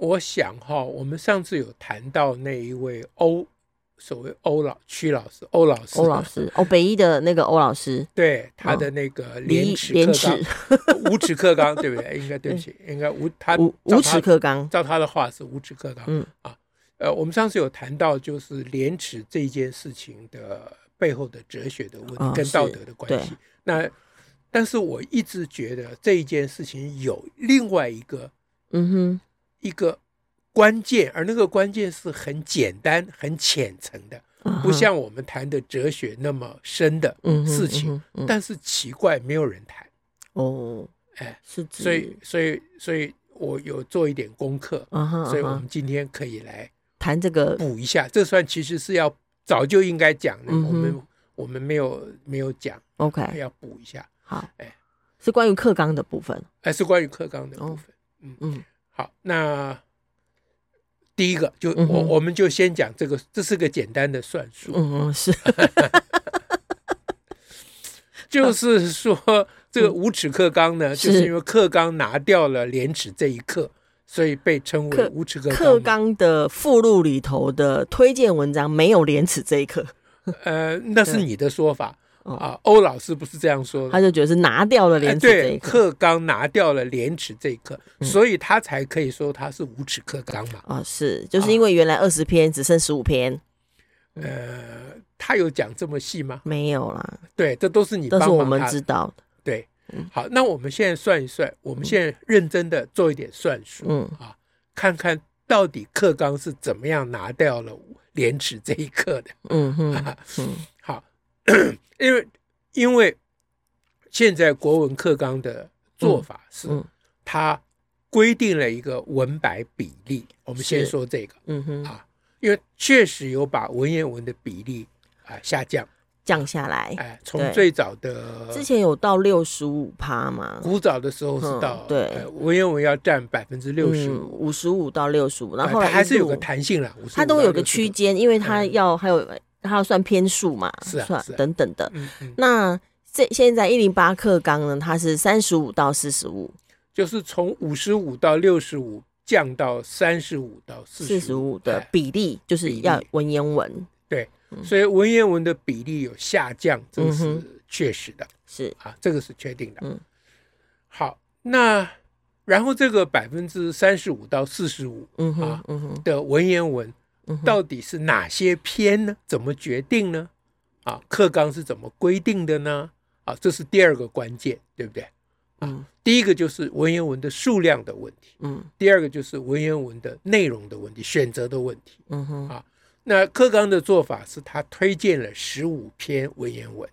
我想哈，我们上次有谈到那一位欧，所谓欧老曲老师，欧老师，欧老师，哦，北一的那个欧老师，对他的那个廉耻哦廉克耻 刚，无耻克刚，对不对？应该对不起，应该无他无照无他耻克刚，照他的话是无耻克刚。嗯啊，呃，我们上次有谈到就是廉耻这件事情的背后的哲学的问题哦跟是道德的关对系。那但是我一直觉得这一件事情有另外一个嗯一个关键，而那个关键是很简单、很浅层的，哼，不像我们谈的哲学那么深的嗯哼事情。，嗯哼嗯哼但是奇怪，没有人谈，哦，哎，是指，所以，所以，所以我有做一点功课，啊哈，所以我啊哈们今天可以来谈这个补一下。这算其实是要早就应该讲的，嗯哼哎我们我们没有没有讲， OK，要补一下。好哎，是关于克刚的部分，还是关于课纲的部分。嗯好，那第一个就我、嗯哼我们就先讲这个，这是个简单的算术，嗯嗯是，就是说这个无耻课纲呢，就嗯是是因为课纲拿掉了廉耻这一课，所以被称为课无耻课纲。克刚的附录里头的推荐文章没有廉耻这一刻，呃，那是你的说法哦啊，欧老师不是这样说的。他就觉得是拿掉了嗯哎廉耻这对，一刻嗯课纲拿掉了廉耻这一课，所以他才可以说他是无耻课纲嘛。啊，是，就是因为原来二十篇只剩十五篇，嗯呃，他有讲这么细吗？没有啦，对，这都是你都帮是我忙们他知嗯道的，对，好，那我们现在算一算，我们现在认真的做一点算术、嗯啊，看看到底克刚是怎么样拿掉了廉耻这一课的。嗯哼， 嗯好， 因为因为现在国文课纲的做法是，嗯它规定了一个文白比例。我们先是说这个，嗯哼，啊，因为确实有把文言文的比例啊、下降，降下来，哎、呃从对最早的之前有到六十五趴嘛，古早的时候是嗯到、对呃文言文要占百分之六十五，嗯五十五到六十五，然哎后后来它还是一有路个弹性啦，55它都有个到65区。间，因为它嗯要还有它要算篇数嘛，是啊算是啊等等的。嗯嗯，那这现在一零八克纲呢，它是三十五到四十五，就是从五十五到六十五降到三十五到四十五的哎比例就是比例要文言文对，所以文言文的比例有下降，这个嗯是哼确实的、是啊，这个是确定的。嗯，好，那然后这个百分之三十五到四十五嗯哼、啊嗯哼的文言文嗯哼到底是哪些篇呢？怎么决定呢？啊，课纲是怎么规定的呢？啊，这是第二个关键，对不对？啊嗯第一个就是文言文的数量的问题，嗯第二个就是文言文的内容的问题、选择的问题。嗯哼啊那课纲的做法是他推荐了十五篇文言文，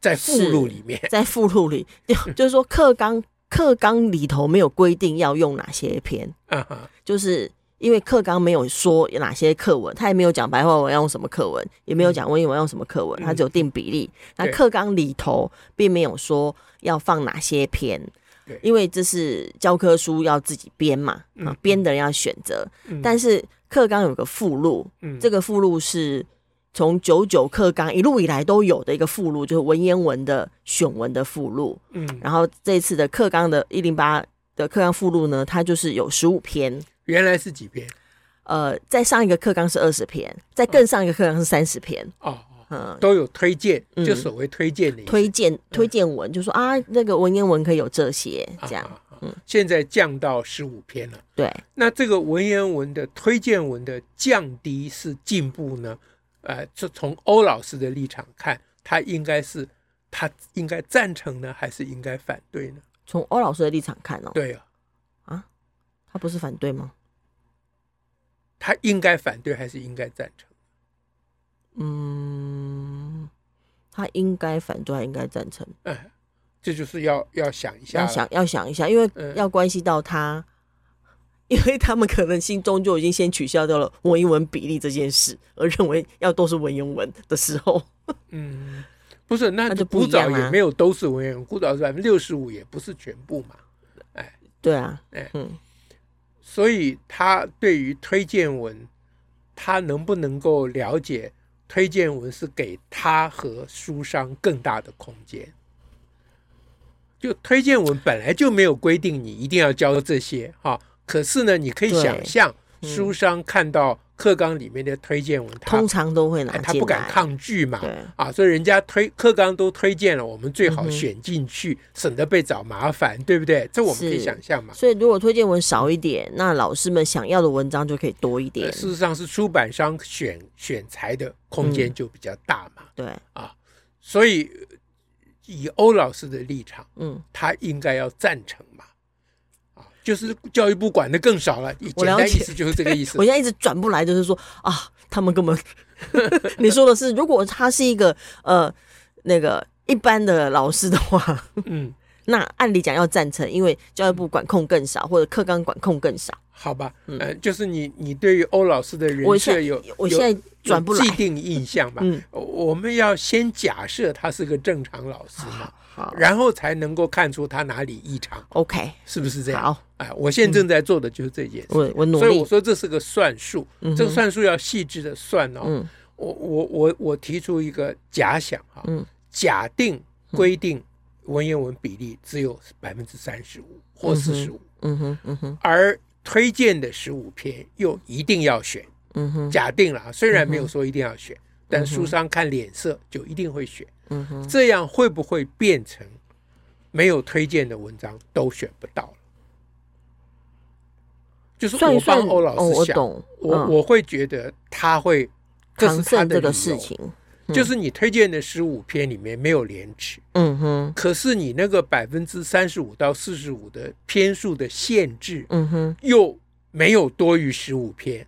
在附录里面，在附录里就 就是说克纲克纲里头没有规定要用哪些篇， 啊哈，就是因为课纲没有说有哪些课文，他也没有讲白话文要用什么课文，也没有讲文言文要用什么课文，嗯他只有定比例。那对课纲里头并没有说要放哪些篇对，因为这是教科书要自己编嘛，嗯啊，编的人要选择。嗯但是课纲有个附录，嗯这个附录是。从九九课纲一路以来都有的一个附录，就是文言文的选文的附录。嗯，然后这次的课纲的一零八的课纲附录呢，它就是有十五篇，原来是几篇呃，在上一个课纲是二十篇，在更上一个课纲是三十篇，哦，嗯嗯。都有推荐，嗯就所谓推荐的意思推荐推荐文就说啊，那个文言文可以有这些啊这样，啊啊现在降到十五篇了。对，那这个文言文的推荐文的降低是进步呢？呃，这从欧老师的立场看，他应该是他应该赞成呢，还是应该反对呢？从欧老师的立场看哦，对啊，他不是反对吗？他应该反对还是应该赞成？嗯，他应该反对，他应该赞成，哎，这就是要要想一下要了，想要想一下，因为嗯要关系到他 因为他们可能心中就已经先取消掉了文言文比例这件事，而认为要都是文言文的时候，嗯，不是，那那就不古一样早也啊没有都是文言文，古早是百分之六十五，也不是全部嘛。对啊哎，嗯，所以他对于推荐文，他能不能够了解推荐文是给他和书商更大的空间？就推荐文本来就没有规定你一定要教这些哈、可是呢，你可以对想象嗯书商看到课纲里面的推荐文，他通常都会拿哎进来，他不敢抗拒嘛，对，啊，所以人家推课纲都推荐了，我们最嗯好哼选进去，省得被找麻烦，对不对？这我们可以是想象嘛。呃所以如果推荐文少一点，那老师们想要的文章就可以多一呃点，事实上是出版商选选材的空间嗯就比较大嘛，对，所以呃以欧老师的立场，嗯，他应该要赞成嘛，啊，就是教育部管的更少了，简我了单意解思就是这个意思我。现在一直转不来，就是说啊，他们 根本你说的是，如果他是一个呃那个一般的老师的话，嗯，那按理讲要赞成，因为教育部管控更少，或者课纲管控更少。好吧，嗯呃，就是你你对于欧老师的人我设现有我有现在转不有来既，定印象嘛，嗯，我我们要先假设他是个正常老师嘛，好然后才能够看出他哪里异常， ，OK，是不是这样？好，嗯哎，我现在正在做的就是这件事。我我努所以力我，说这是个算术，嗯这个哼算术要细致的算哦。嗯我我我我提出一个假想哈、嗯假定规定文言文比例只有百分之三十五或嗯哼四十五，嗯哼嗯哼而推荐的十五篇又一定要选。嗯哼假定了啊，虽嗯然没有说一定要选，但书商看脸色就一定会选。嗯哼，这样会不会变成没有推荐的文章都选不到了？就是算一我算，帮欧哦，老我师想，懂，我、嗯我会觉得他会，这是扛他胜这的理由个事，情，嗯就是你推荐的十五篇里面没有廉耻，嗯哼可是你那个百分之三十五到四十五的篇数的限制嗯哼，又没有多于十五篇。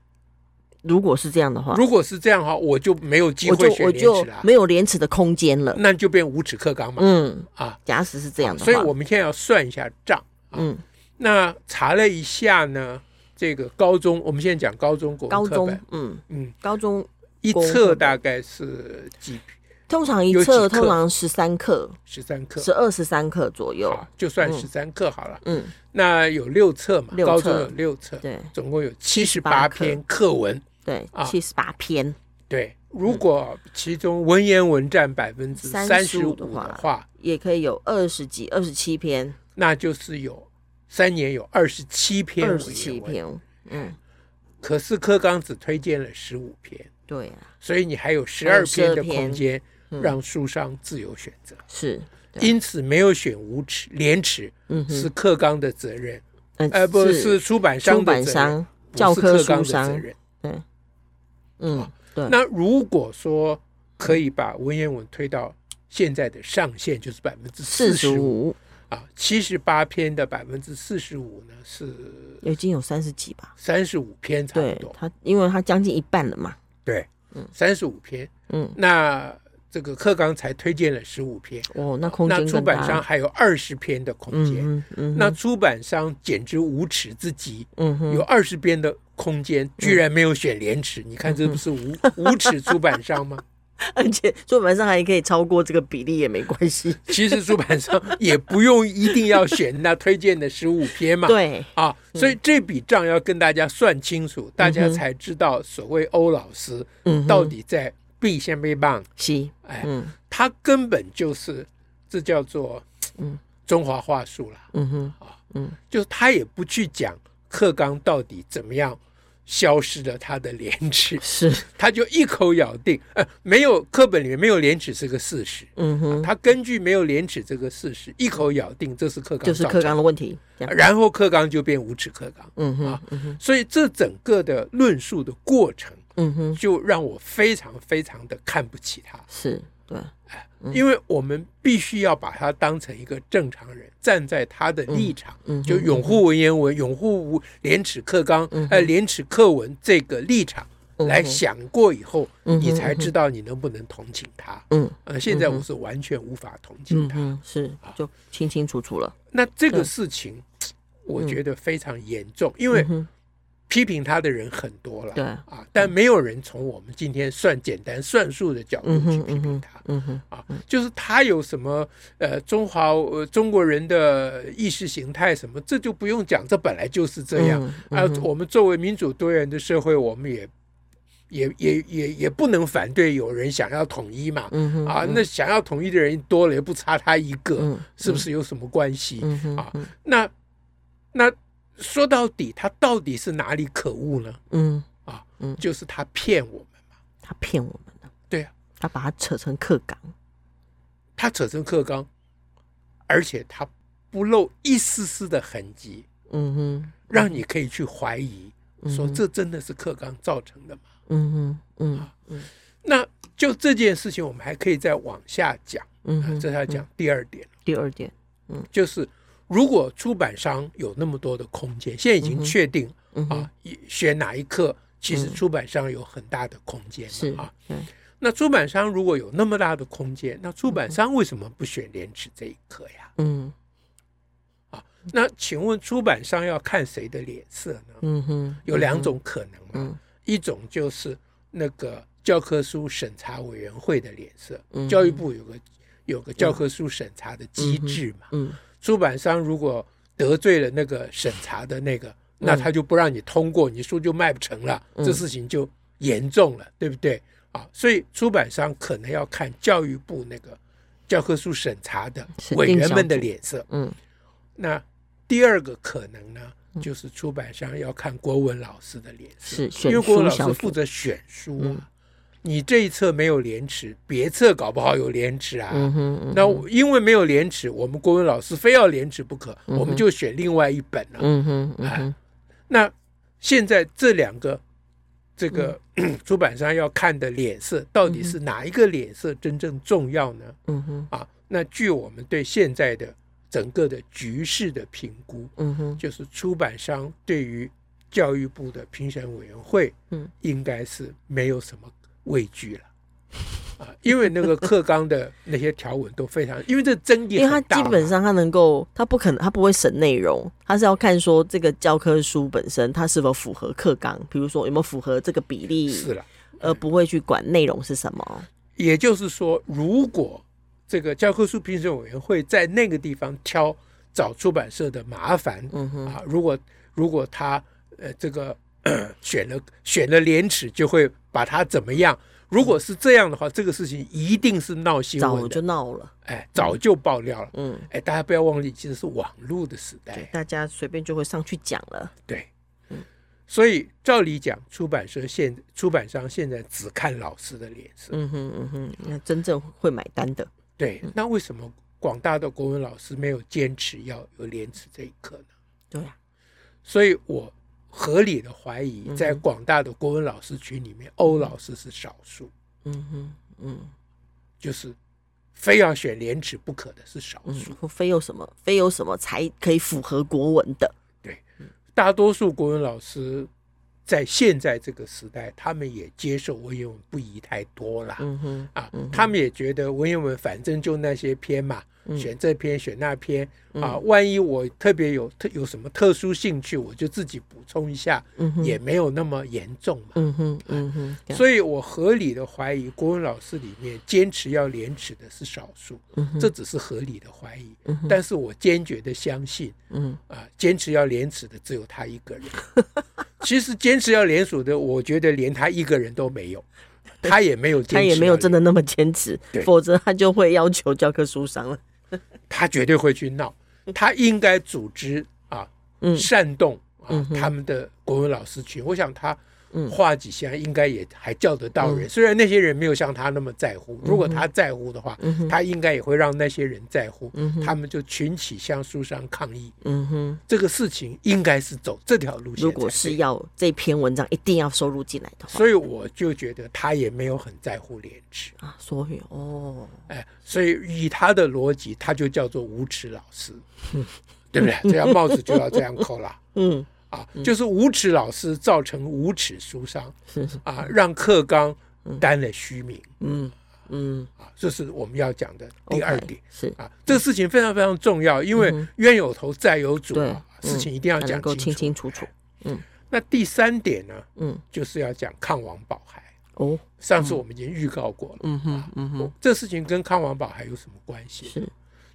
如果是这样的话，如果是这样的话，我就没有机啊我会就选我廉就耻了啊，没有廉耻的空间了。那就变无耻克刚嘛、嗯，啊！假使是这样的话，所以我们现在要算一下账。啊嗯，那查了一下呢，这个高中，我们现在讲高中国文高课中本，，嗯，嗯，高中一国文课册本大概是几通常一有几册课通常十三课，十三课，十二十三课左右。好，就算嗯十三课好了。嗯，那有六册嘛，六册高中有六册，对总共有七十八课篇课文。对，啊七十八篇，对，如嗯果其中文言文占百分之三十五35%的的话话，也可以有二十几、二十七篇、那就是有三年有二十七篇二文十七言文，篇。嗯，可是柯刚只推荐了十五篇，对啊，所以你还有十还二有篇的12篇空间嗯让书商自由选择。是，对因此没有选无耻廉耻嗯哼，是课纲的责任，嗯呃，不是出版商出的版责任，商、不教是科课书纲的责商，任。嗯，对，那如果说可以把文言文推到现在的上限，就是百分之四十十五啊，七十八篇的百分之四十五呢是已经有三十几吧？三十五篇差不对多，他，因为他将近一半了嘛。对，三十五篇，嗯，那这个课纲才推荐了十五篇，哦，那空那间出更版大商还有二十篇的空间。嗯嗯嗯，那出版商简直无耻至极，嗯嗯哼有二十边的空间，居然没有选廉耻，你看这不 是无无耻出版商吗？而且出版商还可以超过这个比例也没关系。其实出版商也不用一定要选那推荐的十五篇嘛，对，嗯啊，所以这笔账要跟大家算清楚，大家嗯哼才知道所谓欧老师嗯哼，到底在避先被棒，是，哎，嗯他根本就是这叫做嗯中华话术了，嗯哼，就是他也不去讲课纲到底怎么样消失了他的廉耻。 是，他就一口咬定，呃，没有课本里面没有廉耻是个事实，嗯哼，他根据没有廉耻这个事实一口咬定这是课纲就是造成课的，纲的问题，这样，然后课纲就变无耻课纲，嗯哼啊，嗯哼，所以这整个的论述的过程嗯哼，就让我非常非常的看不起他，是，对，嗯因为我们必须要把他当成一个正常人，站在他的立场，嗯哼，就拥护文言文、拥护无廉耻课纲、嗯呃哼廉耻课文这个立场。嗯哼来，想过以后，嗯哼你才知道你能不能同情他。嗯呃，现在我是完全无法同情嗯他。哼，是，就清清楚楚了，那这个对事情，我觉得非常严重，因为嗯哼批评他的人很多了，对啊，但没有人从我们今天算简单算术的角度嗯去哼批嗯评哼他。嗯哼，啊，就是他有什么呃中华呃中国人的意识形态什么，这就不用讲，这本来就是这样。嗯啊嗯哼，我们作为民主多元的社会，我们也也也也也不能反对有人想要统一嘛。嗯哼啊，那想要统一的人多了，也不差他一个，嗯是不是有什么关系？嗯哼啊那那说到底，他到底是哪里可恶呢？嗯，就是他骗我们，他骗我们的，对啊，他把它扯成课纲，他扯成克刚，而且他不露一丝丝的痕迹。嗯哼，让你可以去怀疑，嗯说哼这啊真的是克刚造成的吗？嗯哼，嗯那就这件事情，我们还可以再往下讲，嗯啊哼，这要讲第二点，第二点，就是如果出版商有那么多的空间，现在已经确定嗯哼，啊，一选哪一课，其实嗯出版商有很大的空间是嘛啊。对，那出版商如果有那么大的空间，那出版商为什么不选廉耻这一课呀？嗯那请问出版商要看谁的脸色呢？嗯哼，有两种可能嘛，嗯一种就是那个教科书审查委员会的脸色，嗯教育部有个有个教科书审查的机制嘛，嗯出版商如果得罪了那个审查的那个，那他就不让你通过，你书就卖不成了，嗯这事情就严重了，对不对？啊，所以出版商可能要看教育部那个教科书审查的审定委员们的小组脸色。嗯那第二个可能呢，就是出版商要看国文老师的脸色，是选因为国书文老小师组负责选书啊。嗯你这一册没有廉耻，别册搞不好有廉耻啊。嗯哼，那我因为没有廉耻，我们国文老师非要廉耻不可，嗯哼我们就选另外一本了、嗯哼嗯哎哼那现在这两个这个、嗯 出版商要看的脸色，到底是哪一个脸色真正重要呢？嗯哼啊，那据我们对现在的整个的局势的评估，嗯哼，就是出版商对于教育部的评审委员会，嗯，应该是没有什么畏惧了。啊，因为那个课纲的那些条文都非常，因为这争议因为他很大嘛，基本上他能够，他不可能，他不会审内容，他是要看说这个教科书本身它是否符合课纲，比如说有没有符合这个比例，是了。而不会去管内容是什么。也就是说，如果这个教科书评审委员会在那个地方挑找出版社的麻烦，嗯哼，啊，如果如果他呃这个 选了选了廉耻，就会把他怎么样？如果是这样的话，这个事情一定是闹新早闻就的，闹了，哎，早就爆料了。嗯，哎，大家不要忘记，其实是网络的时代，大家随便就会上去讲了。对。嗯所以照理讲，出版社现出版商现在只看老师的脸色，嗯哼嗯哼，那真正会买单的，对。嗯那为什么广大的国文老师没有坚持要有廉耻这一课呢？对啊呀、所以我合理的怀疑，在嗯哼广大的国文老师群里面，欧老师是少数，嗯哼嗯就是非要选廉耻不可的是少数嗯，。或非有什么非有什么才可以符合国文的，大多数国文老师在现在这个时代，他们也接受文言文不宜太多啦。嗯哼啊嗯哼，他们也觉得文言文反正就那些篇嘛，嗯选这篇选那篇啊，万一我特别有特有什么特殊兴趣，我就自己补充一下，嗯哼也没有那么严重嘛。嗯哼嗯哼，这样所以我合理的怀疑，国文老师里面坚持要廉耻的是少数，嗯哼这只是合理的怀疑。嗯哼但是我坚决的相信，嗯啊、坚持要廉耻的只有他一个 人。其实坚持要廉署的，我觉得连他一个人都没有，他也没有坚持，他也没有真，的那么坚持对，否则他就会要求教科书商了。他绝对会去闹，他应该组织啊，嗯煽动啊、嗯哼他们的国文老师群。我想他嗯画几下应该也还叫得到人，虽然那些人没有像他那么在乎。如果他在乎的话，嗯哼他应该也会让那些人在乎，嗯哼他们就群起向书商抗议。嗯哼，这个事情应该是走这条路线才对。如果是要这篇文章一定要收入进来的话所以我就觉得他也没有很在乎廉耻，啊，所以哦，哎，所以以他的逻辑，他就叫做无耻老 师，对不对？这样帽子就要这样扣了嗯，啊，就是无耻老师造成无耻书 商是是，啊，让课纲担了虚名嗯嗯，啊，这是我们要讲的第二 OK，点是，啊。这个事情非常非常重要，因为冤有头债有主对啊，事情一定要才讲能够清清楚。清楚楚。那第三点呢，嗯，就是要讲抗王保孩。哦，上次我们已经预告过了，嗯哼，嗯哼，这事情跟抗王保孩有什么关系？是，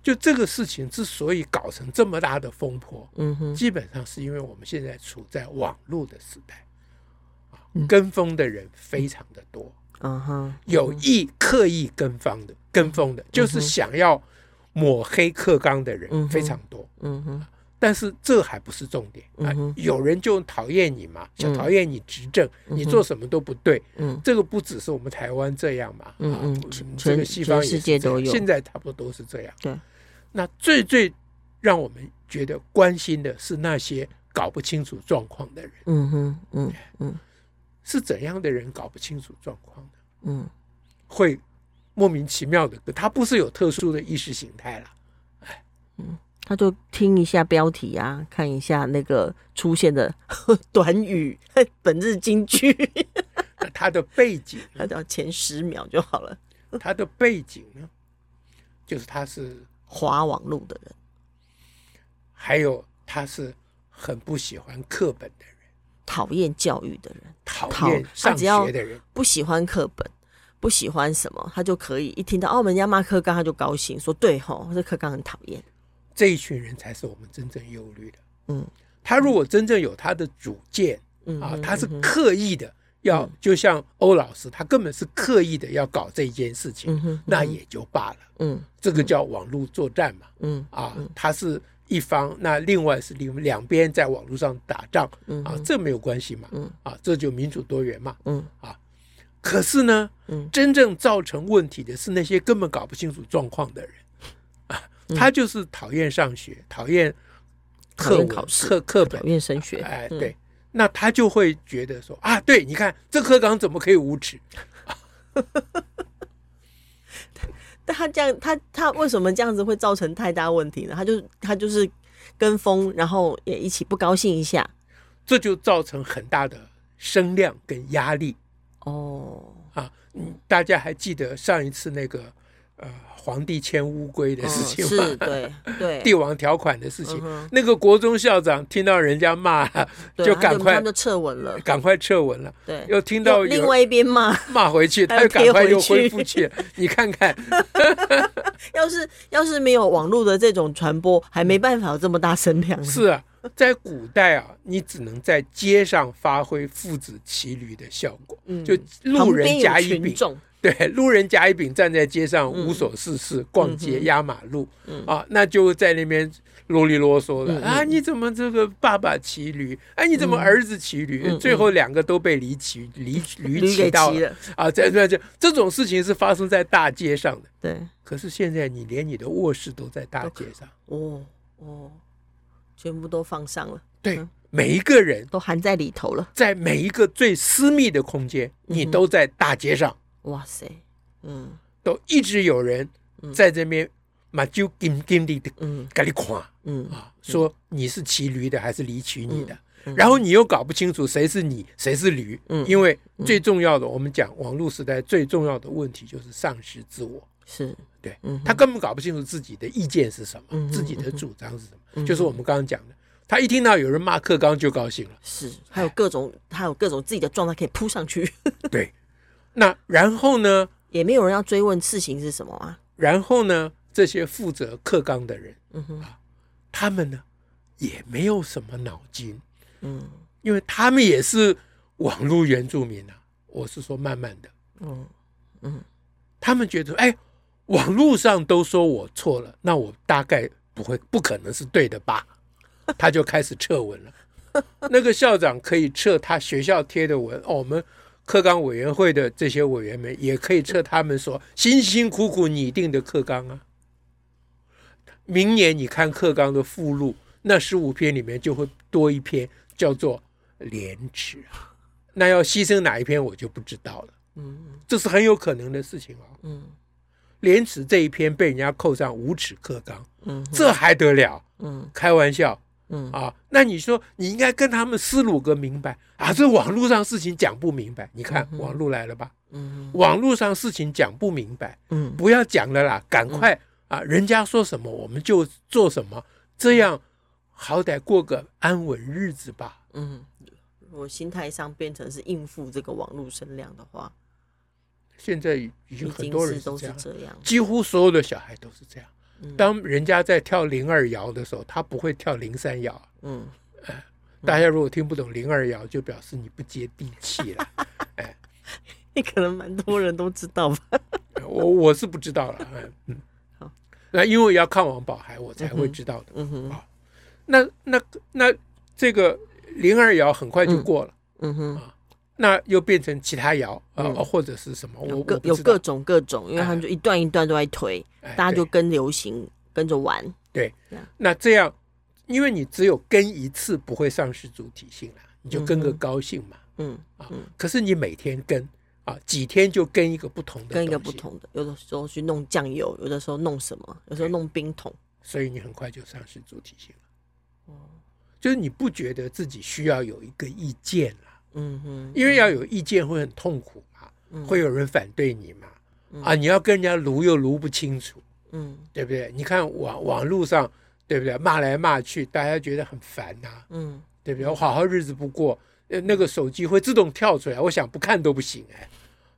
就这个事情之所以搞成这么大的风波，嗯哼，基本上是因为我们现在处在网络的时代，啊嗯跟风的人非常的多，啊哈，有意刻意跟风嗯的跟风的，就是想要抹黑克刚的嗯人哼非常多。嗯哼，但是这还不是重点啊嗯哼！有人就讨厌你嘛，想嗯讨厌你执政，嗯你哼做什么都不对。嗯这个不只是我们台湾这样嘛，嗯啊嗯我全这个西方也是全世界都有这样现在差不多都是这样。对，那最最让我们觉得关心的是那些搞不清楚状况的人，嗯哼，嗯嗯是怎样的人搞不清楚状况的，嗯会莫名其妙的，他不是有特殊的意识形态 啦，嗯，他就听一下标题啊，看一下那个出现的 短语、 本日金句， 那他的背景呢，他只要前十秒就好了。他的背景呢，就是他是划网路的人，还有他是很不喜欢课本的人，讨厌教育的人，讨讨厌他上只要学的人，不喜欢课本，不喜欢什么，他就可以一听到哦，人家骂课纲，他就高兴，说对吼，这课纲很讨厌。这一群人才是我们真正忧虑的。嗯，他如果真正有他的主见嗯啊，哼他是嗯哼刻意的要嗯，就像欧老师，他根本是刻意的要搞这件事情，嗯哼，那也就罢了，嗯这个叫网络作战嘛。嗯啊，他是一方，那另外是另两边在网络上打仗嗯啊，这没有关系嘛嗯，啊，这就民主多元嘛。啊嗯可是呢，嗯真正造成问题的是那些根本搞不清楚状况的人嗯啊，他就是讨厌上学，讨厌讨课厌文考试课课讨本，厌嗯升学，哎，对，那他就会觉得说啊，对，你看这课纲怎么可以无耻？但他这样，他他为什么这样子会造成太大问题呢？他就他就是跟风，然后也一起不高兴一下。这就造成很大的声量跟压力哦，啊。嗯，大家还记得上一次那个呃皇帝迁乌龟的事情吗？哦嗯是， 对对，帝王条款的事情嗯，哼那个国中校长听到人家 骂，对就他赶他快们就撤文了。赶快撤文了。对，又听到又有另外一边骂，骂回去，还有他又赶快贴回又去恢复去 了。你看看，要是要是没有网络的这种传播，还没办法有这么大声量。嗯是啊，在古代啊，你只能在街上发挥父子骑驴的效果，嗯就路旁边人有甲乙群丙，众，对，路人甲乙丙站在街上嗯无所事事，逛街嗯哼压马路嗯啊，那就在那边啰里啰嗦嗯的嗯啊，你怎么这个爸爸骑驴？哎，你怎么嗯儿子骑驴？嗯最后两个都被驴骑 驴驴驴给骑到骑了了。啊！在在这这种事情是发生在大街上的。对，可是现在你连你的卧室都在大街上，哦哦，全部都放上了，对嗯，每一个人都含在里头了。在每一个最私密的空间，嗯哼你都在大街上，哇塞，嗯都一直有人嗯在这边马就金金的嗯给你垮嗯啊，说你是骑驴的还是驴骑你的，嗯然后你又搞不清楚谁是你谁是驴，嗯因为最重要的，我们讲网络时代最重要的问题就是丧失自我。是，对嗯哼他根本搞不清楚自己的意见是什么，嗯哼自己的嗯哼主张是什么，嗯。就是我们刚刚讲的，他一听到有人骂克刚就高兴了是，还有各种，还有各种自己的状态可以扑上去， 对，那然后呢？也没有人要追问事情是什么啊。然后呢？这些负责克刚的人，啊嗯哼，他们呢也没有什么脑筋，嗯因为他们也是网络原住民啊。我是说，慢慢的，嗯他们觉得，哎，网络上都说我错了，那我大概不会，不可能是对的吧？他就开始撤文 了。那个校长可以撤他学校贴的文，哦，我们课纲委员会的这些委员们也可以撤他们说辛辛苦苦拟定的课纲啊。明年你看课纲的附录，那十五篇里面就会多一篇叫做廉耻啊。那要牺牲哪一篇我就不知道了，嗯这是很有可能的事情哦。嗯廉耻这一篇被人家扣上无耻克刚，嗯这还得了？嗯开玩笑嗯啊！那你说你应该跟他们思路个明白啊！这网络上事情讲不明白，你看嗯哼网络来了吧？嗯网络上事情讲不明白，嗯不要讲了啦，赶快啊！人家说什么我们就做什么，这样好歹过个安稳日子吧。嗯，如果心态上变成是应付这个网络声量的话，现在已已经已很经多是人都是这样，这样。几乎所有的小孩都是这样。嗯当人家在跳零二摇的时候，他不会跳零三摇。呃嗯，大家如果听不懂零二摇，就表示你不接地气 了。你 可能蛮多人都知道吧？我我是不知道了，哎嗯好，那因为要看王宝海，我才会知道的。 嗯哼，那那那这个零二摇很快就过了，嗯哼，那又变成其他摇啊、嗯或者是什么，我有我各不有知道各种各种，因为他们就一段一段都在推，哎大家就对跟流行跟着玩。那这样，因为你只有跟一次不会丧失主体性了，你就跟个嗯哼高兴嘛。嗯，可是你每天跟啊，几天就跟一个不同的，跟一个不，同的，有的时候去弄酱油，有的时候弄什么，有时候哎弄冰桶。所以你很快就丧失主体性了。哦就是你不觉得自己需要有一个意见了，嗯哼，因为要有意见会很痛苦嘛，嗯会有人反对你嘛，嗯啊，你要跟人家撸又撸不清楚，嗯对不对？你看网网络上，对不对？骂来骂去，大家觉得很烦呐、嗯对不对？我好好日子不过，呃，那个手机会自动跳出来，我想不看都不行哎，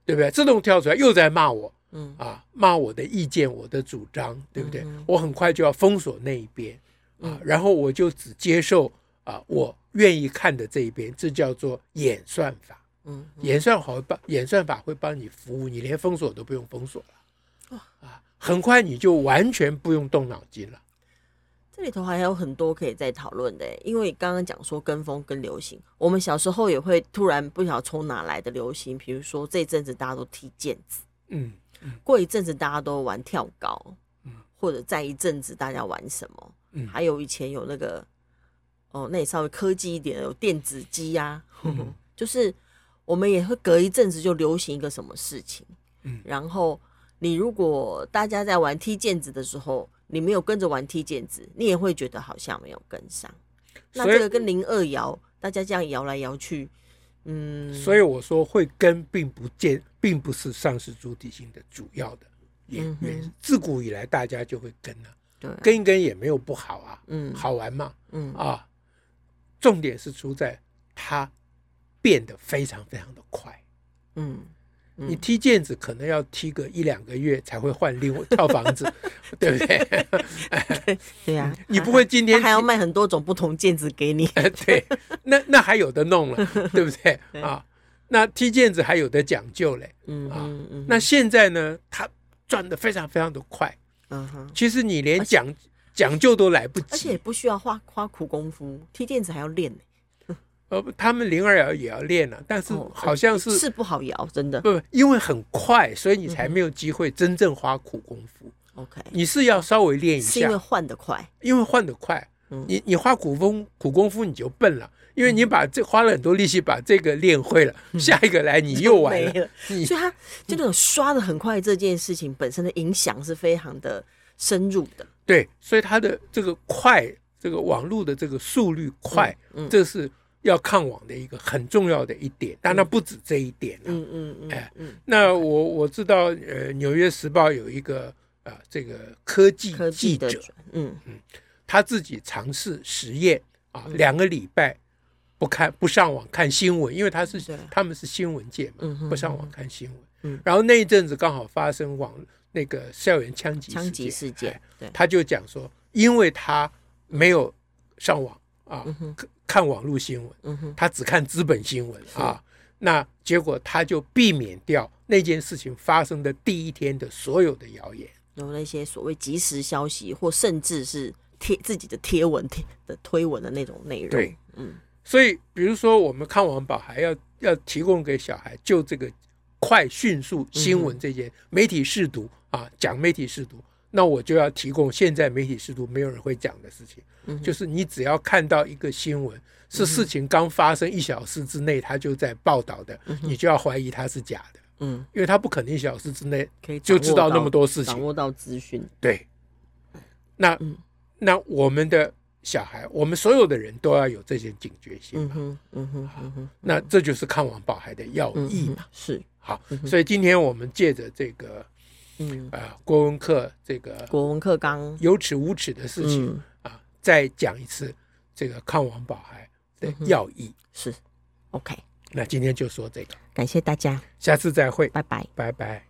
对不对？自动跳出来又在骂我嗯啊，骂我的意见、我的主张，对不对？嗯哼我很快就要封锁那一边啊嗯，然后我就只接受啊我愿意看的这一边，这叫做演算法。嗯嗯，演算法会帮演算法会帮你服务，你连封锁都不用封锁哦了啊，很快你就完全不用动脑筋了。这里头还有很多可以再讨论的耶，欸因为刚刚讲说跟风跟流行，我们小时候也会突然不晓得从哪来的流行，比如说这一阵子大家都踢毽子，嗯，过一阵子大家都玩跳高嗯，或者再一阵子大家玩什么，嗯还有以前有那个哦，那也稍微科技一点的有电子机呀、嗯就是我们也会隔一阵子就流行一个什么事情，嗯然后你如果大家在玩踢毽子的时候，你没有跟着玩踢毽子，你也会觉得好像没有跟上。那所以这个跟零二摇，大家这样摇来摇去，嗯，所以我说会跟并不见，并不是丧失主体性的主要的原嗯哼原。自古以来大家就会跟了、对啊，跟一跟也没有不好啊，嗯好玩嘛嗯啊。重点是出在它变得非常非常的快。嗯，嗯你踢毽子可能要踢个一两个月才会换另外跳房 子，对不对？对啊呀、你不会今他天还要卖很多种不同毽子给你，踢呃对，那那还有的弄了，对不 对啊？那踢毽子还有的讲究嘞。嗯啊嗯嗯，那现在呢，他转的非常非常的快，嗯哼，其实你连讲讲究都来不而且也及。不需要花花苦功夫，踢毽子还要练呢、呃，他们零二摇也要练了、但是哦好像是、是不嗯好摇，真的。不不，因为很快，所以你才没有机会真正花苦功夫。 OK，你是要稍微练一是因下为，换得快，因为换得快嗯。你你花苦功苦功夫你就笨了，因为你把这花了很多力气把这个练会了，嗯下一个来你又 完没了。了。你所以他就那种刷的很快这件事情本身的影响是非常的深入的。对，所以它的这个快，这个网络的这个速率快，嗯嗯这是要抗网的一个很重要的一点。当然不止这一点、啊嗯嗯嗯哎嗯，那我我知道，呃，《纽约时报》有一个啊、呃这个科技科技记的者，转，嗯他自己尝试实验啊，两个礼拜不看不上网看新闻，因为他是对啊他们是新闻界嘛嗯，哼不上网看新闻。嗯然后那一阵子刚好发生网那个校园枪击枪击事哎件，对，他就讲说，因为他没有上网啊，嗯哼看看网络新闻，嗯哼，他只看资本新闻啊，那结果他就避免掉那件事情发生的第一天的所有的谣言。有那些所谓即时消息，或甚至是贴自己的贴文贴的推文的那种内容。对，嗯所以，比如说我们看网保还要要提供给小孩就这个快迅速新闻这些媒体试读啊，讲媒体试读，那我就要提供现在媒体试读没有人会讲的事情。嗯哼，就是你只要看到一个新闻是事情刚发生一小时之内他就在报道的，你就要怀疑它是假的，嗯，因为他不可能一小时之内可以就掌知握道那到么多事掌情。握到资讯。对，那、嗯那我们的小孩，我们所有的人都要有这些警觉性。嗯哼，嗯哼，嗯哼，那这就是看网保孩的要嗯义哼嘛。是，好，所以今天我们借着这个嗯，呃郭文克这个国文课纲，有耻无耻的事情、嗯啊，再讲一次这个抗王保孩的嗯哼要义。是，OK，那今天就说这个，感谢大家，下次再会，拜拜。拜拜。